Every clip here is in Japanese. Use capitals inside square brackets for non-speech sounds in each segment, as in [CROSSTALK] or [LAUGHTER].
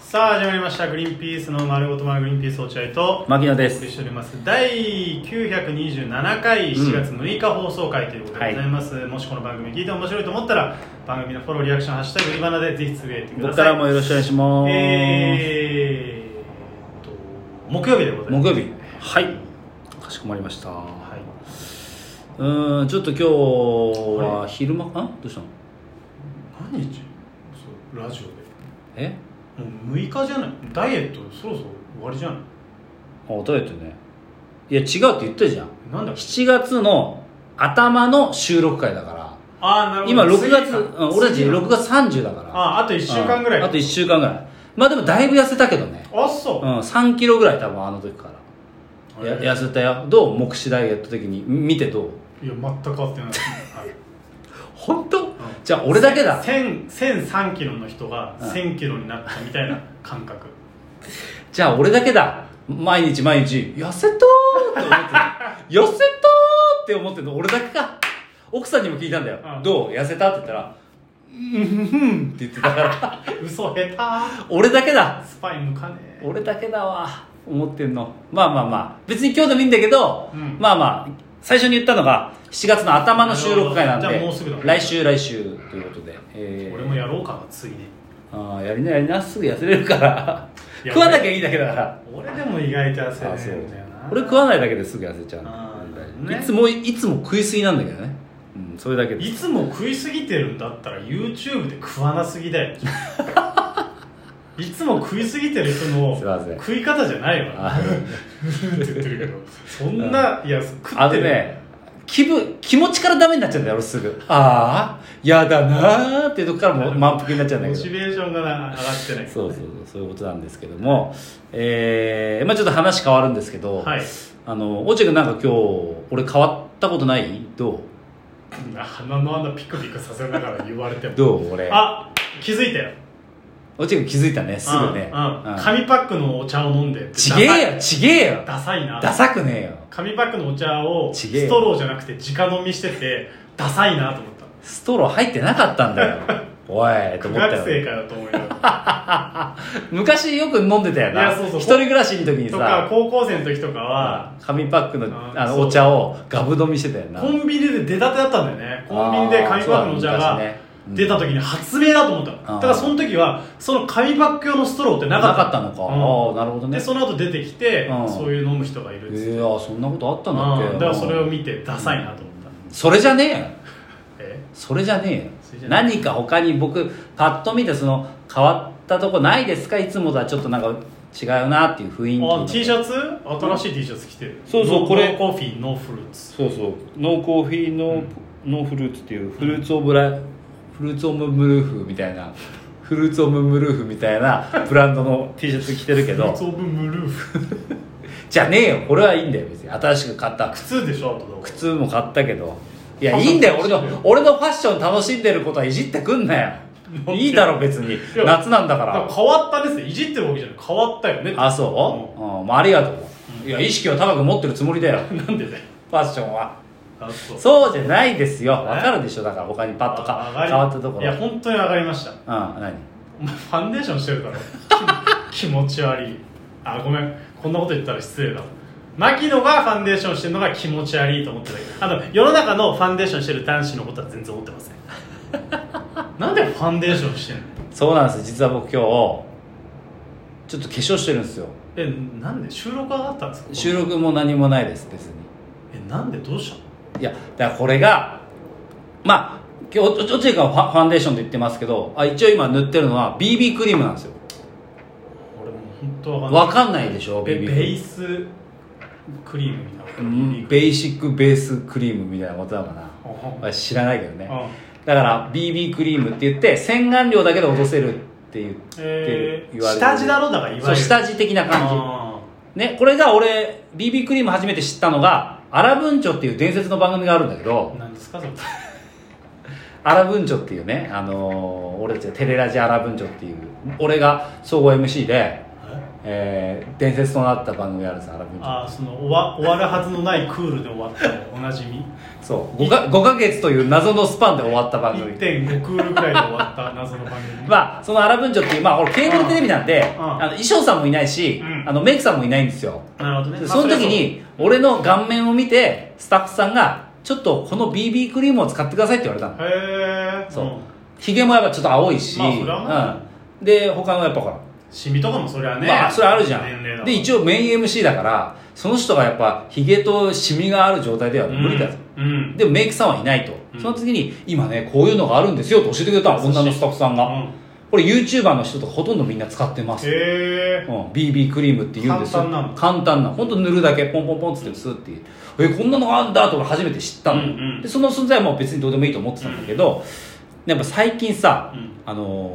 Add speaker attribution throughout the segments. Speaker 1: さあ始まりました「グリーンピースの丸ごと丸グリーンピース落合」と
Speaker 2: 牧野で
Speaker 1: お送りし
Speaker 2: す
Speaker 1: ております第927回7月6日放送回ということでございます、もしこの番組聞いて面白いと思ったら番組のフォローリアクション「ハッシュタググリバナ」でぜひつぶやいてくだ
Speaker 2: 僕
Speaker 1: さ
Speaker 2: か
Speaker 1: い
Speaker 2: らもよろしくお願いします、
Speaker 1: えーっと木曜日でございます
Speaker 2: 木曜日はいかしこまりました
Speaker 1: は
Speaker 2: う
Speaker 1: い
Speaker 2: ーんちょっと今日は昼間あどうしたの
Speaker 1: 何日そうラジオ
Speaker 2: え
Speaker 1: でもう6日じゃないダイエットそろそろ終わりじゃない
Speaker 2: あダイエットねいや違うって言ったじゃん
Speaker 1: なんだっけ
Speaker 2: 7月の頭の収録会だから
Speaker 1: ああなるほど
Speaker 2: 今6月
Speaker 1: 次か
Speaker 2: うん俺たち
Speaker 1: 次か
Speaker 2: 6月30だから
Speaker 1: ああと1週間ぐらい
Speaker 2: うんあと1週間ぐらいまあでもだいぶ痩せたけどね
Speaker 1: あそう
Speaker 2: うん3キロぐらい多分あの時からや
Speaker 1: えー
Speaker 2: 痩せたよどう目視ダイエット的に見てどう
Speaker 1: いや全く変わってない、はい
Speaker 2: 本当、じゃ [LAUGHS] あ俺だけだ
Speaker 1: 1000 1003キロの人が
Speaker 2: うん
Speaker 1: 1000キロになったみたいな感覚
Speaker 2: じゃあ俺だけだ毎日毎日痩せたーって
Speaker 1: [LAUGHS]
Speaker 2: 思ってる痩せたーって思ってるの俺だけか奥さんにも聞いたんだよ、
Speaker 1: うん
Speaker 2: どう痩せたって言ったらうんふんふんって言ってたから [LAUGHS]
Speaker 1: 嘘下
Speaker 2: 俺だけだ
Speaker 1: 手スパイ向かねえ
Speaker 2: 俺だけだわ思ってんのまあまあまあ別に今日でもいいんだけど、
Speaker 1: うん
Speaker 2: まあまあ最初に言ったのが7月の頭の収録会なんで
Speaker 1: じゃあもうすぐだ
Speaker 2: 来週来週ということで、えー
Speaker 1: 俺もやろうかなついに
Speaker 2: ああやりなやりなすぐ痩せれるから
Speaker 1: いや
Speaker 2: 食わなきゃいいだけだから
Speaker 1: 俺でも意外と
Speaker 2: あ
Speaker 1: 汗
Speaker 2: そ
Speaker 1: 出
Speaker 2: う
Speaker 1: るんだよな
Speaker 2: 俺食わないだけですぐ痩せちゃ
Speaker 1: あ
Speaker 2: う
Speaker 1: ー
Speaker 2: ん
Speaker 1: ね
Speaker 2: いつもいつも食いすぎなんだけどねうんそれだけで
Speaker 1: いつ
Speaker 2: す
Speaker 1: も食いすぎてるんだったら YouTube で食わなすぎだよ [LAUGHS] いつも食いすぎてる人の
Speaker 2: すいません
Speaker 1: 食い方じゃないわ
Speaker 2: あ
Speaker 1: って言ってるけどそんないや食
Speaker 2: あ
Speaker 1: っ
Speaker 2: の
Speaker 1: てる
Speaker 2: ね気分気持ちからダメになっちゃうんだよ俺すぐああやだなーっていうとこからもう満腹になっちゃうんだ
Speaker 1: モ
Speaker 2: け
Speaker 1: チ
Speaker 2: ど
Speaker 1: ベーションがな上がってない
Speaker 2: そうそうそうそういうことなんですけどもえー、まあちょっと話変わるんですけど、
Speaker 1: はい
Speaker 2: あの落合君なんか今日俺変わったことないど
Speaker 1: 鼻の穴ピクピクさせながら言われて
Speaker 2: う
Speaker 1: も
Speaker 2: どう俺
Speaker 1: あ気づいたよ
Speaker 2: 落合君気づいたねすぐね
Speaker 1: うんうん
Speaker 2: うん
Speaker 1: 紙パックのお茶を飲んで
Speaker 2: ちげえよちげえよ
Speaker 1: ダサいな
Speaker 2: ダサくねえよ
Speaker 1: 紙パックのお茶を
Speaker 2: ちげえよ
Speaker 1: ストローじゃなくて直飲みしててダサいなと思った
Speaker 2: ストロー入ってなかったん
Speaker 1: [LAUGHS]
Speaker 2: だよおい
Speaker 1: 苦
Speaker 2: と思った
Speaker 1: 学生
Speaker 2: よ
Speaker 1: かよと
Speaker 2: [LAUGHS]
Speaker 1: 思いながら
Speaker 2: 昔よく飲んでたよ
Speaker 1: い
Speaker 2: な
Speaker 1: やそうそう
Speaker 2: 一人暮らしの時に
Speaker 1: とか
Speaker 2: さ
Speaker 1: 高校生の時とかは
Speaker 2: 紙パックの
Speaker 1: うん
Speaker 2: あの
Speaker 1: そう
Speaker 2: お茶をガブ飲みしてたよな
Speaker 1: コンビニで出たてだったんだよねコンビニで紙パックのお茶
Speaker 2: あーそうだ
Speaker 1: が
Speaker 2: ねうん
Speaker 1: 出た時に発明だと思った
Speaker 2: あー
Speaker 1: だからその時はその紙パック用のストローって
Speaker 2: な
Speaker 1: なかった
Speaker 2: かったの
Speaker 1: うん
Speaker 2: か、ああなるほどね
Speaker 1: でその後出てきて
Speaker 2: うん
Speaker 1: そういう飲む人がいるっつって
Speaker 2: えー、あーそんなことあったんだっ
Speaker 1: う
Speaker 2: け
Speaker 1: んだからそれを見てダサいなと思った、
Speaker 2: それじゃねえよ
Speaker 1: え
Speaker 2: それじゃね
Speaker 1: そ
Speaker 2: え
Speaker 1: れじ
Speaker 2: よ
Speaker 1: ゃない
Speaker 2: 何か他に僕パッと見てその変わったとこないですかいつもとはちょっとなんか違うなっていう雰囲気
Speaker 1: あ T シ
Speaker 2: ャツ
Speaker 1: ャツ新しい T シャツ着てる
Speaker 2: そうそう
Speaker 1: ノー
Speaker 2: これ
Speaker 1: ノーコーヒーノーフルーツ
Speaker 2: そうそうノーコーヒーノー,、ノーフルーツっていうフルーツオブラ、フルーツオムムルーフみたいなフルーツオムムルーフみたいなブランドの T シャツ着てるけ
Speaker 1: フルー
Speaker 2: ど
Speaker 1: ツオブムルーフ
Speaker 2: じゃねえよこれはいいんだよ別に新しく買った
Speaker 1: 靴でしょあとどう
Speaker 2: 靴も買ったけどいやいいんだよ俺の俺のファッション楽しんでることはいじってくん [LAUGHS] なよいいだろ別に
Speaker 1: や
Speaker 2: 夏なんだか
Speaker 1: だからら変わったですねいじってるわけじゃない変わったよね
Speaker 2: あそう、うんまあ、ありがとう、いや意識を高く持ってるつもりだよ
Speaker 1: なんでだよ
Speaker 2: ファッションは
Speaker 1: あそう
Speaker 2: そうじゃないですよわかるでしょだから他にパッとか
Speaker 1: 上がり
Speaker 2: 変わったところ
Speaker 1: いや本当に上がりました
Speaker 2: うん何
Speaker 1: お前ファンデーションしてるだろ [LAUGHS] 気持ち悪いあごめんこんなこと言ったら失礼だ牧野がファンデーションしてるのが気持ち悪いと思ってたけどあの世の中のファンデーションしてる男子のことは全然思ってません
Speaker 2: [LAUGHS]
Speaker 1: なんでファンデーションしてんの
Speaker 2: そうなんです実は僕今日ちょっと化粧してるんですよ
Speaker 1: えなんで収録があったんですか
Speaker 2: 収録も何もないです別に
Speaker 1: えなんでどうしたの
Speaker 2: いやだからこれがまあ今日おちおちえかはファファンデーションと言ってますけどあ一応今塗ってるのは BB クリームなんですよ
Speaker 1: 俺もう本当わかんない
Speaker 2: わかんないでしょ
Speaker 1: ベ
Speaker 2: BB
Speaker 1: ベ
Speaker 2: クリ
Speaker 1: ー
Speaker 2: ー
Speaker 1: スクリームみたいな
Speaker 2: ムうんベーシックベースクリームみたいなことだか
Speaker 1: あ
Speaker 2: な
Speaker 1: は
Speaker 2: 俺知らないけどね
Speaker 1: あ
Speaker 2: だから BB クリームって言って洗顔料だけで落とせるって言ってる
Speaker 1: えー
Speaker 2: 言われてる
Speaker 1: 下地だろだからいわゆる
Speaker 2: そう下地的な感
Speaker 1: あ
Speaker 2: じねこれが俺 BB クリーム初めて知ったのがアラ文鳥っていう伝説の番組があるんだけど
Speaker 1: ー何ですかそれ
Speaker 2: アラ文鳥っていうね、あのー俺たちがテレラジアラ文鳥っていう俺が総合 MC で、えー伝説となった番組あるんですアラ文鳥
Speaker 1: ああその終わ終わるはずのないクールで終わったのおなじみ
Speaker 2: そう 5, か5ヶ月という謎のスパンで終わった番組
Speaker 1: 1.5クールぐらいで終わった謎の番組
Speaker 2: [LAUGHS] まあそのアラ文書っていうまあ俺ケーブルテレビなんで、
Speaker 1: うん
Speaker 2: あの衣装さんもいないし、
Speaker 1: うん
Speaker 2: あのメイクさんもいないんですよ、
Speaker 1: なるほどね
Speaker 2: その時に俺の顔面を見てスタッフさんが「ちょっとこの BB クリームを使ってください」って言われたの
Speaker 1: まあそりゃそうへえ
Speaker 2: そうひげもやっぱちょっと青いし、
Speaker 1: まあそれはまあ
Speaker 2: うん、で他のやっぱほら
Speaker 1: シミとかもそりゃね
Speaker 2: まあそれあるじゃ
Speaker 1: 年齢だ
Speaker 2: ん
Speaker 1: も
Speaker 2: で一応メイン MC だからその人がやっぱひげとシミがある状態では無理だと、
Speaker 1: うんうん
Speaker 2: でもメイクさんはいないと、
Speaker 1: うん
Speaker 2: その次に今ねこういうのがあるんですよと教えてくれたの
Speaker 1: 優しい
Speaker 2: 女のスタッフさんが、
Speaker 1: うん
Speaker 2: これ YouTuber の人とかほとんどみんな使ってます、
Speaker 1: へえ
Speaker 2: うん、BB クリームって言うんです
Speaker 1: 簡
Speaker 2: よ
Speaker 1: 単なの
Speaker 2: 簡単なほんと塗るだけポンポンポンっつってスーっていうえこんなのがあんだと俺初めて知ったの、
Speaker 1: うんうん
Speaker 2: でその存在はもう別にどうでもいいと思ってたんだけど、やっぱ最近さ、
Speaker 1: うん
Speaker 2: あのー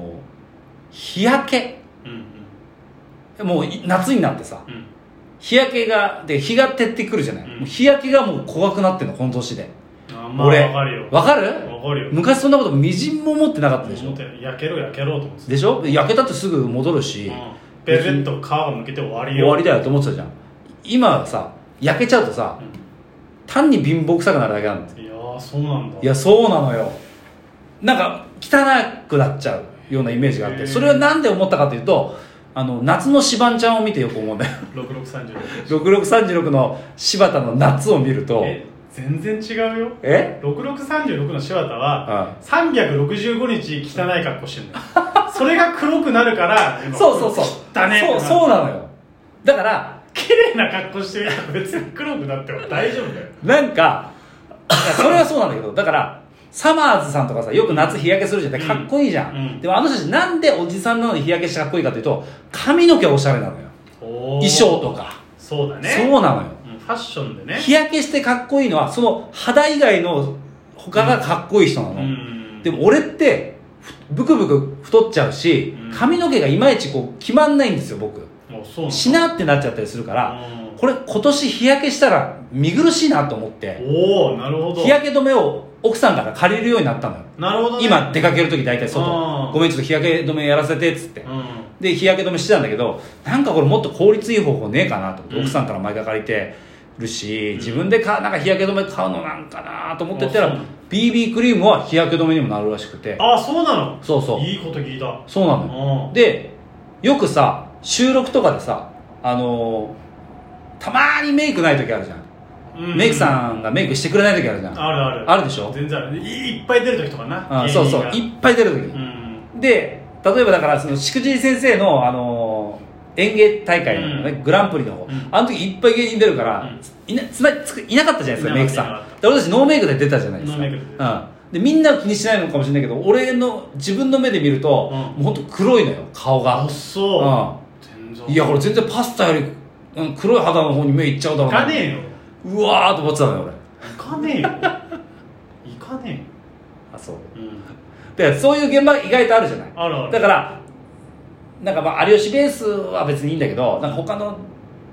Speaker 2: 日焼け
Speaker 1: うん
Speaker 2: もうい夏になってさ
Speaker 1: うんうん
Speaker 2: 日焼けがで日が照ってくるじゃない、
Speaker 1: うん
Speaker 2: もう日焼けがもう怖くなってんのこの年で、
Speaker 1: あまあ
Speaker 2: 俺
Speaker 1: わかるよ
Speaker 2: わかる
Speaker 1: わかるよ
Speaker 2: 昔そんなことみじんも思ってなかったでし
Speaker 1: 思
Speaker 2: ょ
Speaker 1: ったよ焼けろ焼けろと思って
Speaker 2: でしょ焼けたってすぐ戻るし、
Speaker 1: たうんペペッと皮がむけて終わり
Speaker 2: 終
Speaker 1: よ
Speaker 2: わりだよと思ってたじゃん今さ焼けちゃうとさ単に貧乏臭くなるだけなんです
Speaker 1: うんいやーそうなんだ
Speaker 2: いやそうなのよなんか汚くなっちゃうようなイメージがあっ
Speaker 1: へ
Speaker 2: て
Speaker 1: ー
Speaker 2: それは何で思ったかというとあの夏のシバンちゃんを見てよく思うんだよ
Speaker 1: 6636
Speaker 2: 6636の柴田の夏を見ると
Speaker 1: え全然違うよ
Speaker 2: え
Speaker 1: 6636の柴田
Speaker 2: あ
Speaker 1: は365日汚い格好してるんだよ
Speaker 2: [LAUGHS]
Speaker 1: それが黒くなるから
Speaker 2: そうそうそう
Speaker 1: 汚ね
Speaker 2: そうそうなのよだから
Speaker 1: 綺麗な格好してる人別に黒くなっても大丈夫だよ
Speaker 2: なんかいやそれはそうなんだ [LAUGHS] けどだからサマーズさんとかさよく夏日焼けするじゃん
Speaker 1: うん
Speaker 2: かっこいいじゃん、
Speaker 1: うん
Speaker 2: でもあの人たちなんでおじさんなのに日焼けしてかっこいいかというと髪の毛おしゃれなのよ
Speaker 1: 衣
Speaker 2: [LAUGHS] 衣装とか、
Speaker 1: そうだね
Speaker 2: そうなのよ
Speaker 1: うんファッションでね
Speaker 2: 日焼けしてかっこいいのはその肌以外の他がかっこいい人なの、
Speaker 1: うん
Speaker 2: でも俺ってふブクブク太っちゃうし
Speaker 1: うん
Speaker 2: 髪の毛がいまいちこう決まんないんですよ僕
Speaker 1: もうそうなんだ
Speaker 2: しなってなっちゃったりするから
Speaker 1: うん
Speaker 2: これ今年日焼けしたら見苦しいなと思って
Speaker 1: おおなるほど
Speaker 2: 日焼け止めを奥さんから借りるようになったのよ
Speaker 1: なるほどね
Speaker 2: 今出かける時大体
Speaker 1: あ
Speaker 2: 外
Speaker 1: ー
Speaker 2: ごめんちょっと日焼け止めやらせてっつって
Speaker 1: うん
Speaker 2: で日焼け止めしてたんだけどなんかこれもっと効率いい方法ねえかなと思って、
Speaker 1: うん
Speaker 2: 奥さんから毎回借りてるし、
Speaker 1: ん
Speaker 2: 自分でかなんか日焼け止め買うのなんかなと思ってた
Speaker 1: あそ
Speaker 2: ら
Speaker 1: うなの
Speaker 2: BB クリームは日焼け止めにもなるらしくて
Speaker 1: ああそうなの
Speaker 2: そうそう
Speaker 1: いいこと聞いた
Speaker 2: そうな
Speaker 1: う
Speaker 2: のよ
Speaker 1: ん
Speaker 2: でよくさ収録とかでさあのーたまにメイクない時あるじゃん、
Speaker 1: う
Speaker 2: メイクさんがメイクしてくれない時あるじゃん
Speaker 1: あるある
Speaker 2: あるでしょ
Speaker 1: 全然あるいいっぱい出る時とかな
Speaker 2: あそうそう
Speaker 1: 芸人が
Speaker 2: いっぱい出る時に、
Speaker 1: うん
Speaker 2: で例えばだからそのしくじり先生の、あのー園芸大会のね、
Speaker 1: うん
Speaker 2: グランプリの方、
Speaker 1: うん
Speaker 2: あの時いっぱい芸人出るから、
Speaker 1: うん
Speaker 2: いなつまりつくいなかったじゃないですかメイクさ
Speaker 1: いなかっ
Speaker 2: んで俺たちノーメイクで出たじゃないですか
Speaker 1: ノーメイクで出
Speaker 2: うん、でみんなは気にしないのかもしれないけど俺の自分の目で見ると、
Speaker 1: うん
Speaker 2: もう本当黒いのよ顔
Speaker 1: あ
Speaker 2: が
Speaker 1: っ、そう全
Speaker 2: うん、
Speaker 1: 然
Speaker 2: いや俺全然パスタより、うん、黒い肌の方に目いっちゃうだろ
Speaker 1: 行
Speaker 2: うな
Speaker 1: かね
Speaker 2: [LAUGHS]
Speaker 1: えよ
Speaker 2: うわーと思ってたのよ俺
Speaker 1: 行かねえよ行かね
Speaker 2: あそう
Speaker 1: えよ、うん、
Speaker 2: でそういう現場意外とあるじゃない
Speaker 1: あるある
Speaker 2: だからなんかまあ有吉ベースは別にいいんだけどなんか他の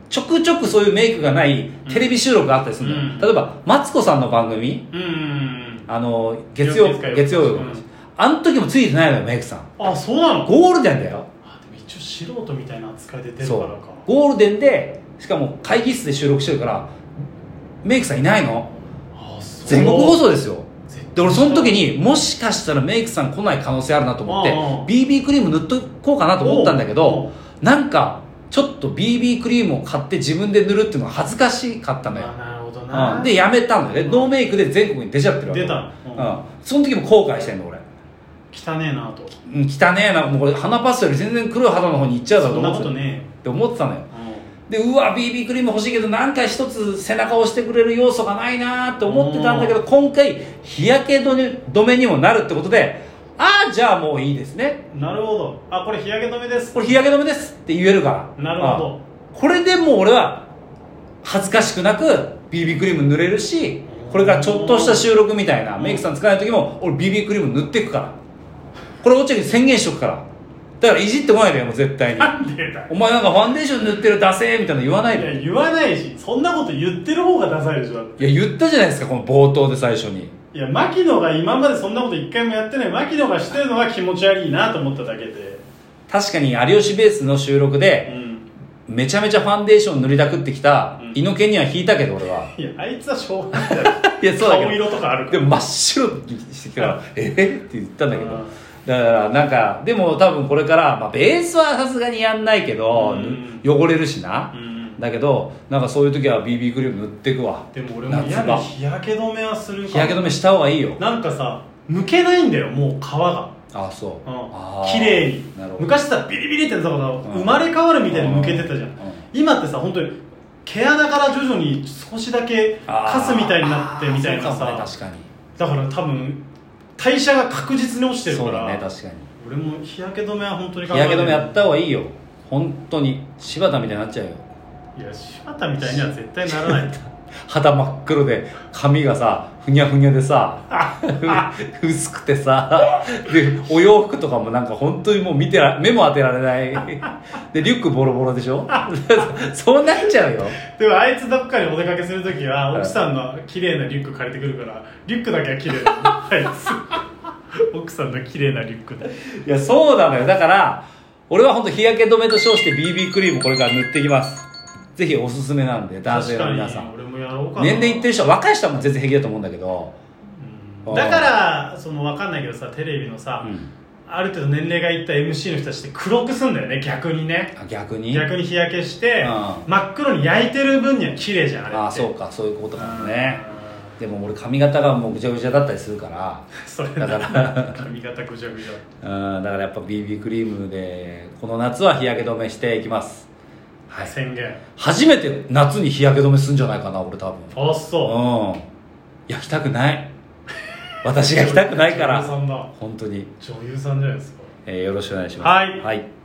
Speaker 2: ちょくちょくそういうメイクがないテレビ収録があったりするのよ、
Speaker 1: うん
Speaker 2: 例えばマツコさんの番組
Speaker 1: うんうんうん
Speaker 2: あの月曜
Speaker 1: 月火曜
Speaker 2: 月曜日、
Speaker 1: うん
Speaker 2: あの時もついてないのよメイクさん
Speaker 1: あそうなの
Speaker 2: ゴールデンだよ
Speaker 1: あでも一応素人みたいな扱いで出るか
Speaker 2: そ
Speaker 1: ら
Speaker 2: う
Speaker 1: か
Speaker 2: ゴールデンでしかも会議室で収録してるからメイクさんいないの
Speaker 1: あそう
Speaker 2: 全国放送ですよ
Speaker 1: 絶対
Speaker 2: で俺その時にもしかしたらメイクさん来ない可能性あるなと思って
Speaker 1: うんうん
Speaker 2: BB クリーム塗っとこうかなと思ったんだけ
Speaker 1: おうお
Speaker 2: どなんかちょっと BB クリームを買って自分で塗るっていうのが恥ずかしかったのよ
Speaker 1: あ、なるほど
Speaker 2: う
Speaker 1: なん
Speaker 2: でやめたのよねノーメイクで全国に出ちゃってるわけ
Speaker 1: 出たの
Speaker 2: う
Speaker 1: うんん
Speaker 2: その時も後悔してんの俺
Speaker 1: 汚ねえなと
Speaker 2: うん汚ねえなもうこれ鼻パスタより全然黒い肌の方に行っちゃうだろ
Speaker 1: そ
Speaker 2: うんと
Speaker 1: な
Speaker 2: 思っ
Speaker 1: こ
Speaker 2: て
Speaker 1: とね
Speaker 2: って思ってたのよ
Speaker 1: えよ
Speaker 2: でうわ BB クリーム欲しいけどなんか一つ背中を押してくれる要素がないなーって思ってたんだけど今回日焼け止め止めにもなるってことでああじゃあもういいですね
Speaker 1: うんなるほどあこれ日焼け止めです
Speaker 2: これ日焼け止めですって言えるから
Speaker 1: なるほど
Speaker 2: あこれでもう俺は恥ずかしくなく BB クリーム塗れるしこれからちょっとした収録みたいな
Speaker 1: うん
Speaker 2: メイクさん使わない時も俺 BB クリーム塗っていくからこれ落合に宣言しとくからだからいじってこないでよもう絶
Speaker 1: [LAUGHS]
Speaker 2: 対に
Speaker 1: なんでだ
Speaker 2: お前なんかファンデーション塗ってるダセーみたいなの言わない
Speaker 1: い
Speaker 2: で
Speaker 1: や言わないしそんなこと言ってる方がダサいでしょだって
Speaker 2: いや言ったじゃないですかこの冒頭で最初に
Speaker 1: いや牧野が今までそんなこと一回もやってない牧野がしてるのが気持ち悪いなと思っただけで
Speaker 2: 確かに有吉ベースの収録
Speaker 1: う
Speaker 2: で
Speaker 1: ん
Speaker 2: めちゃめちゃファンデーション塗りたくってきた
Speaker 1: うん
Speaker 2: 猪木には引いたけど俺は
Speaker 1: いやあいつはしょうが
Speaker 2: [LAUGHS]
Speaker 1: ないだろ
Speaker 2: いやそうだけど
Speaker 1: 顔色とかあるか
Speaker 2: で
Speaker 1: ら
Speaker 2: も真っ白にしてきたから「えっ?」って言ったんだけ
Speaker 1: う
Speaker 2: ど
Speaker 1: ん
Speaker 2: だからなんかでも多分これから、まあ、ベースはさすがにやんないけ
Speaker 1: う
Speaker 2: ど
Speaker 1: ん
Speaker 2: 汚れるしな
Speaker 1: うん
Speaker 2: だけどなんかそういう時は BB クリーム塗ってくわ
Speaker 1: でも俺も嫌
Speaker 2: 夏場
Speaker 1: に日焼け止めはするか
Speaker 2: 日焼け止めした方がいいよ
Speaker 1: なんかさ抜けないんだよもう皮が
Speaker 2: あそう
Speaker 1: うん
Speaker 2: あー
Speaker 1: 綺麗に
Speaker 2: なるほど
Speaker 1: 昔さビリビリってさ
Speaker 2: ん
Speaker 1: 生まれ変わるみたいに抜けてたじゃん
Speaker 2: うん
Speaker 1: 今ってさ本当に毛穴から徐々に少しだけ
Speaker 2: あー
Speaker 1: カスみたいになってみたいな
Speaker 2: あーそうかもね
Speaker 1: さ
Speaker 2: 確かに
Speaker 1: だから多分代謝が確実に落ちてるか
Speaker 2: そうだ
Speaker 1: ら
Speaker 2: ね確かに
Speaker 1: 俺も日焼け止めは本当に
Speaker 2: 日焼け止めや
Speaker 1: っ
Speaker 2: った方がいいよ本当に柴田みたいになっちゃうよ
Speaker 1: いや柴田みたいには絶対ならない [LAUGHS]
Speaker 2: 肌真っ黒で髪がさふにゃふにゃでさ [LAUGHS] 薄くてさでお洋服とかもなんか本当にもう見てら目も当てられないでリュックボロボロでしょ [LAUGHS] そうなっちゃうよ
Speaker 1: でもあいつどっかにお出かけする時は
Speaker 2: はい
Speaker 1: 奥さんの綺麗なリュック借りてくるからリュックだけは綺麗
Speaker 2: [LAUGHS]
Speaker 1: だあいつ奥さんの綺麗なリュックで
Speaker 2: いやそうなのよだから俺は本当日焼け止めと称して BB クリームこれから塗っていきますぜひおすすめなんで男性
Speaker 1: 確かに
Speaker 2: の皆さん
Speaker 1: 俺もやろうかな
Speaker 2: 年齢いってる人は若い人はもう全然平気だと思うんだけど
Speaker 1: う
Speaker 2: あ
Speaker 1: ん
Speaker 2: ー
Speaker 1: だからその分かんないけどさテレビのさ、
Speaker 2: うん
Speaker 1: ある程度年齢がいった MC の人たちって黒くすんだよね逆にね
Speaker 2: あ逆に
Speaker 1: 逆に日焼けして、
Speaker 2: うん
Speaker 1: 真っ黒に焼いてる分には綺麗じゃんあれって
Speaker 2: ああそうかそういうことかもね
Speaker 1: うん
Speaker 2: でも俺髪型がもうぐちゃぐちゃだったりするから
Speaker 1: それ
Speaker 2: だ
Speaker 1: だ
Speaker 2: か
Speaker 1: からら髪型ぐちゃぐちゃ
Speaker 2: うんだからやっぱ BB クリームでこの夏は日焼け止めしていきますはい
Speaker 1: 宣言
Speaker 2: 初めて夏に日焼け止めすんじゃないかな俺多分
Speaker 1: あそう
Speaker 2: うんいや着たくない私が着たくないから
Speaker 1: 女優さんだ [LAUGHS]
Speaker 2: 本当に、
Speaker 1: 女優さんじゃないですか
Speaker 2: えーよろしくお願いします
Speaker 1: はい
Speaker 2: はい